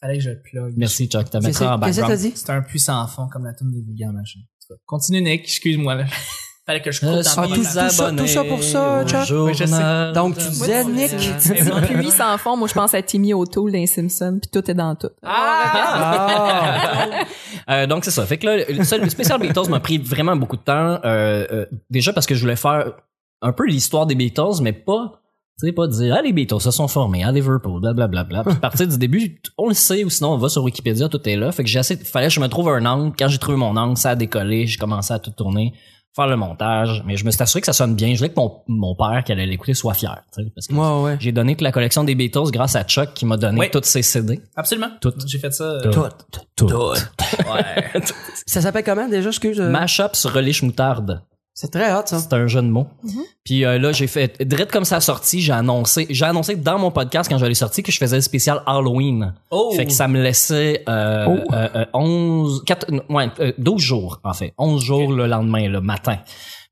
S1: Fallait que je le plug.
S2: Merci, Chuck. T'as mis
S3: Qu'est-ce
S2: ça en
S3: que qu'est-ce que t'as
S2: background.
S3: dit?
S1: C'est un puissant fond comme la toune des vulgaires, machin. En tout cas, Continue, Nick. Excuse-moi, là. Fallait que je coupe
S2: Euh,
S1: dans
S3: Ah,
S1: mes
S3: tout
S1: notes.
S3: ça, tout ça pour ça, Chuck?
S1: Oui, je sais.
S3: Donc, tu disais, Nick?
S4: Puis lui, sans fond, moi je pense à Timmy O'Toole dans les Simpsons, puis tout est dans tout.
S1: Ah!
S3: Ah!
S2: Euh, donc c'est ça. Fait que là, le, seul- le spécial Beatles m'a pris vraiment beaucoup de temps. euh, euh, déjà parce que je voulais faire un peu l'histoire des Beatles, mais pas, tu sais, pas dire ah les Beatles se sont formés à Liverpool, blablabla. Bla, bla. partir du début, on le sait ou sinon on va sur Wikipédia, tout est là. Fait que j'ai assez, fallait que je me trouve un angle. Quand j'ai trouvé mon angle, ça a décollé, j'ai commencé à tout tourner faire le montage, mais je me suis assuré que ça sonne bien. Je voulais que mon, mon père qui allait l'écouter soit fier, tu sais, parce que
S3: Ouais, ouais.
S2: j'ai donné toute la collection des Beatles grâce à Chuck qui m'a donné
S1: Oui.
S2: toutes ses CD.
S1: Absolument.
S2: Tout.
S1: J'ai fait ça. euh,
S2: Tout. Tout.
S1: Ouais.
S3: Ça s'appelle comment déjà, excuse? euh,
S2: Mashup sur relish moutarde.
S3: C'est très hot, ça.
S2: C'est un jeu de mots.
S1: Mhm.
S2: Puis euh, là, j'ai fait direct comme ça a sorti, j'ai annoncé, j'ai annoncé dans mon podcast quand je l'ai sorti que je faisais le spécial Halloween.
S1: Oh!
S2: Fait que ça me laissait euh,
S3: Oh.
S2: euh, euh, 11 quatre- ouais, euh, 12 jours en fait, 11 jours le lendemain le matin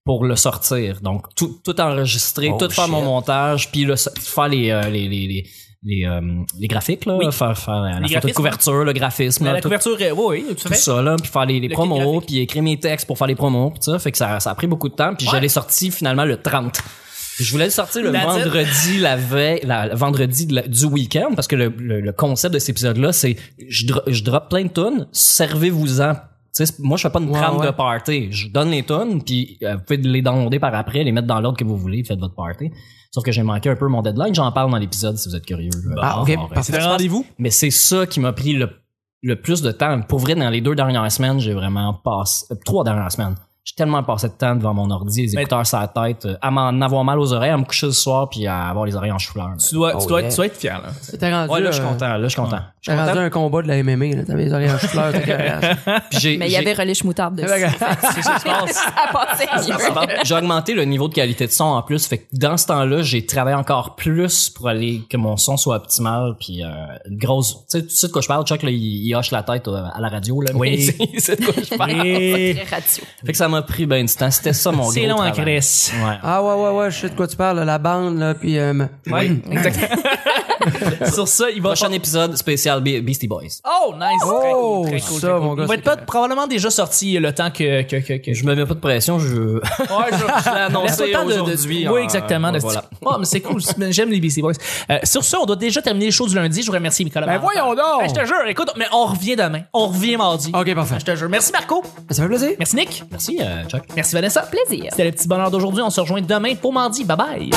S2: pour le sortir. Donc tout tout enregistrer,
S3: Oh,
S2: tout faire
S3: shit.
S2: mon montage, puis le so- faire les euh, les les, les les, euh, les graphiques là,
S1: Oui.
S2: faire faire euh, la photo de
S1: graphismes.
S2: couverture, le graphisme,
S1: Mais
S2: là,
S1: la
S2: tout-
S1: couverture, euh, oui, oui, tout
S2: tout
S1: à fait.
S2: ça là puis faire les, les
S1: kit
S2: promos
S1: graphique.
S2: puis écrire mes textes pour faire les promos puis ça fait que ça, ça a pris beaucoup de temps puis
S1: Ouais.
S2: je l'ai sorti finalement le 30 je voulais le sortir le
S1: That's it.
S2: vendredi la veille la, le vendredi de la- du week-end parce que le, le- le concept de cet épisode là c'est je, dro- je drop plein de tonnes servez-vous-en Tu sais, moi je fais pas une
S3: Ouais,
S2: trame
S3: ouais.
S2: de party je donne les tonnes puis euh, vous pouvez les downloader par après les mettre dans l'ordre que vous voulez faites votre party sauf que j'ai manqué un peu mon deadline j'en parle dans l'épisode si vous êtes curieux
S1: Bah,
S3: Ah, ok,
S2: bon,
S3: parfait.
S1: C'est un rendez-vous.
S2: mais c'est ça qui m'a pris le, le plus de temps. Pour vrai, dans les deux dernières semaines, j'ai vraiment passé... euh, trois dernières semaines. J'ai tellement passé de temps devant mon ordi, les
S1: Mais-
S2: écouteurs sur la tête, euh, à m'en avoir mal aux oreilles, à me coucher le soir puis à avoir les oreilles en chou-fleur.
S1: Tu dois, tu,
S3: Oh,
S1: dois,
S3: yeah.
S1: tu dois être fier, là.
S3: T'es rendu,
S2: Ouais, là, je suis
S3: euh,
S2: content. Là, je suis content. Je
S3: T'es
S2: suis
S3: rendu
S2: content.
S3: un combat de la MMA, là. T'avais les oreilles en chou-fleur, t'es carré.
S2: Puis j'ai-
S4: Mais il y
S2: j'ai-
S4: avait relish moutarde dessus.
S1: C'est ça qui se passe.
S4: ça passait mieux.
S2: J'ai augmenté le niveau de qualité de son en plus. Fait que dans ce temps-là, j'ai travaillé encore plus pour aller que mon son soit optimal. Puis euh, une grosse, tu sais, tu sais de quoi je parle. Chuck, là, il, il hoche la tête euh, à la radio là.
S1: Oui.
S2: c'est de quoi je parle.
S1: Et-
S4: Très radio.
S2: Fait que ça m'a pris ben du temps. C'était ça mon gros
S1: C'est long hein, en
S2: travail.
S1: Chris.
S2: Ouais.
S3: Ah, ouais, ouais, ouais, je sais de quoi tu parles, là, la bande, là, puis. euh,
S1: Oui, exactement. Sur ça, il va.
S2: Prochain épisode spécial Be- Beastie Boys.
S1: Oh, nice! très
S3: Oh,
S1: cool, très cool,
S3: ça,
S1: très cool.
S3: mon gars,
S1: Il va
S3: c'est
S1: être pas, probablement déjà sorti le temps que. que, que, que-
S2: Je me mets pas de pression, je
S1: Ouais, je, je l'ai
S2: annoncé
S1: Le temps de- de-
S2: aujourd'hui,
S3: euh,
S1: oui,
S2: hein,
S1: exactement. de-
S2: voilà.
S1: Oh, mais c'est cool. c'est- J'aime les BC Boys. Euh, sur ça, on doit déjà terminer les shows du lundi. Je vous remercie, Nicolas.
S3: Ben, voyons donc!
S1: Ben, je te jure, écoute, mais on revient demain. On revient mardi.
S3: Ok, parfait.
S1: Je te jure. Merci, Marco.
S3: Ça fait plaisir.
S1: Merci, Nick.
S2: Merci. euh, euh, Chuck.
S1: Merci Vanessa.
S4: Plaisir.
S1: C'était le petit bonheur d'aujourd'hui. On se rejoint demain pour mardi. Bye bye.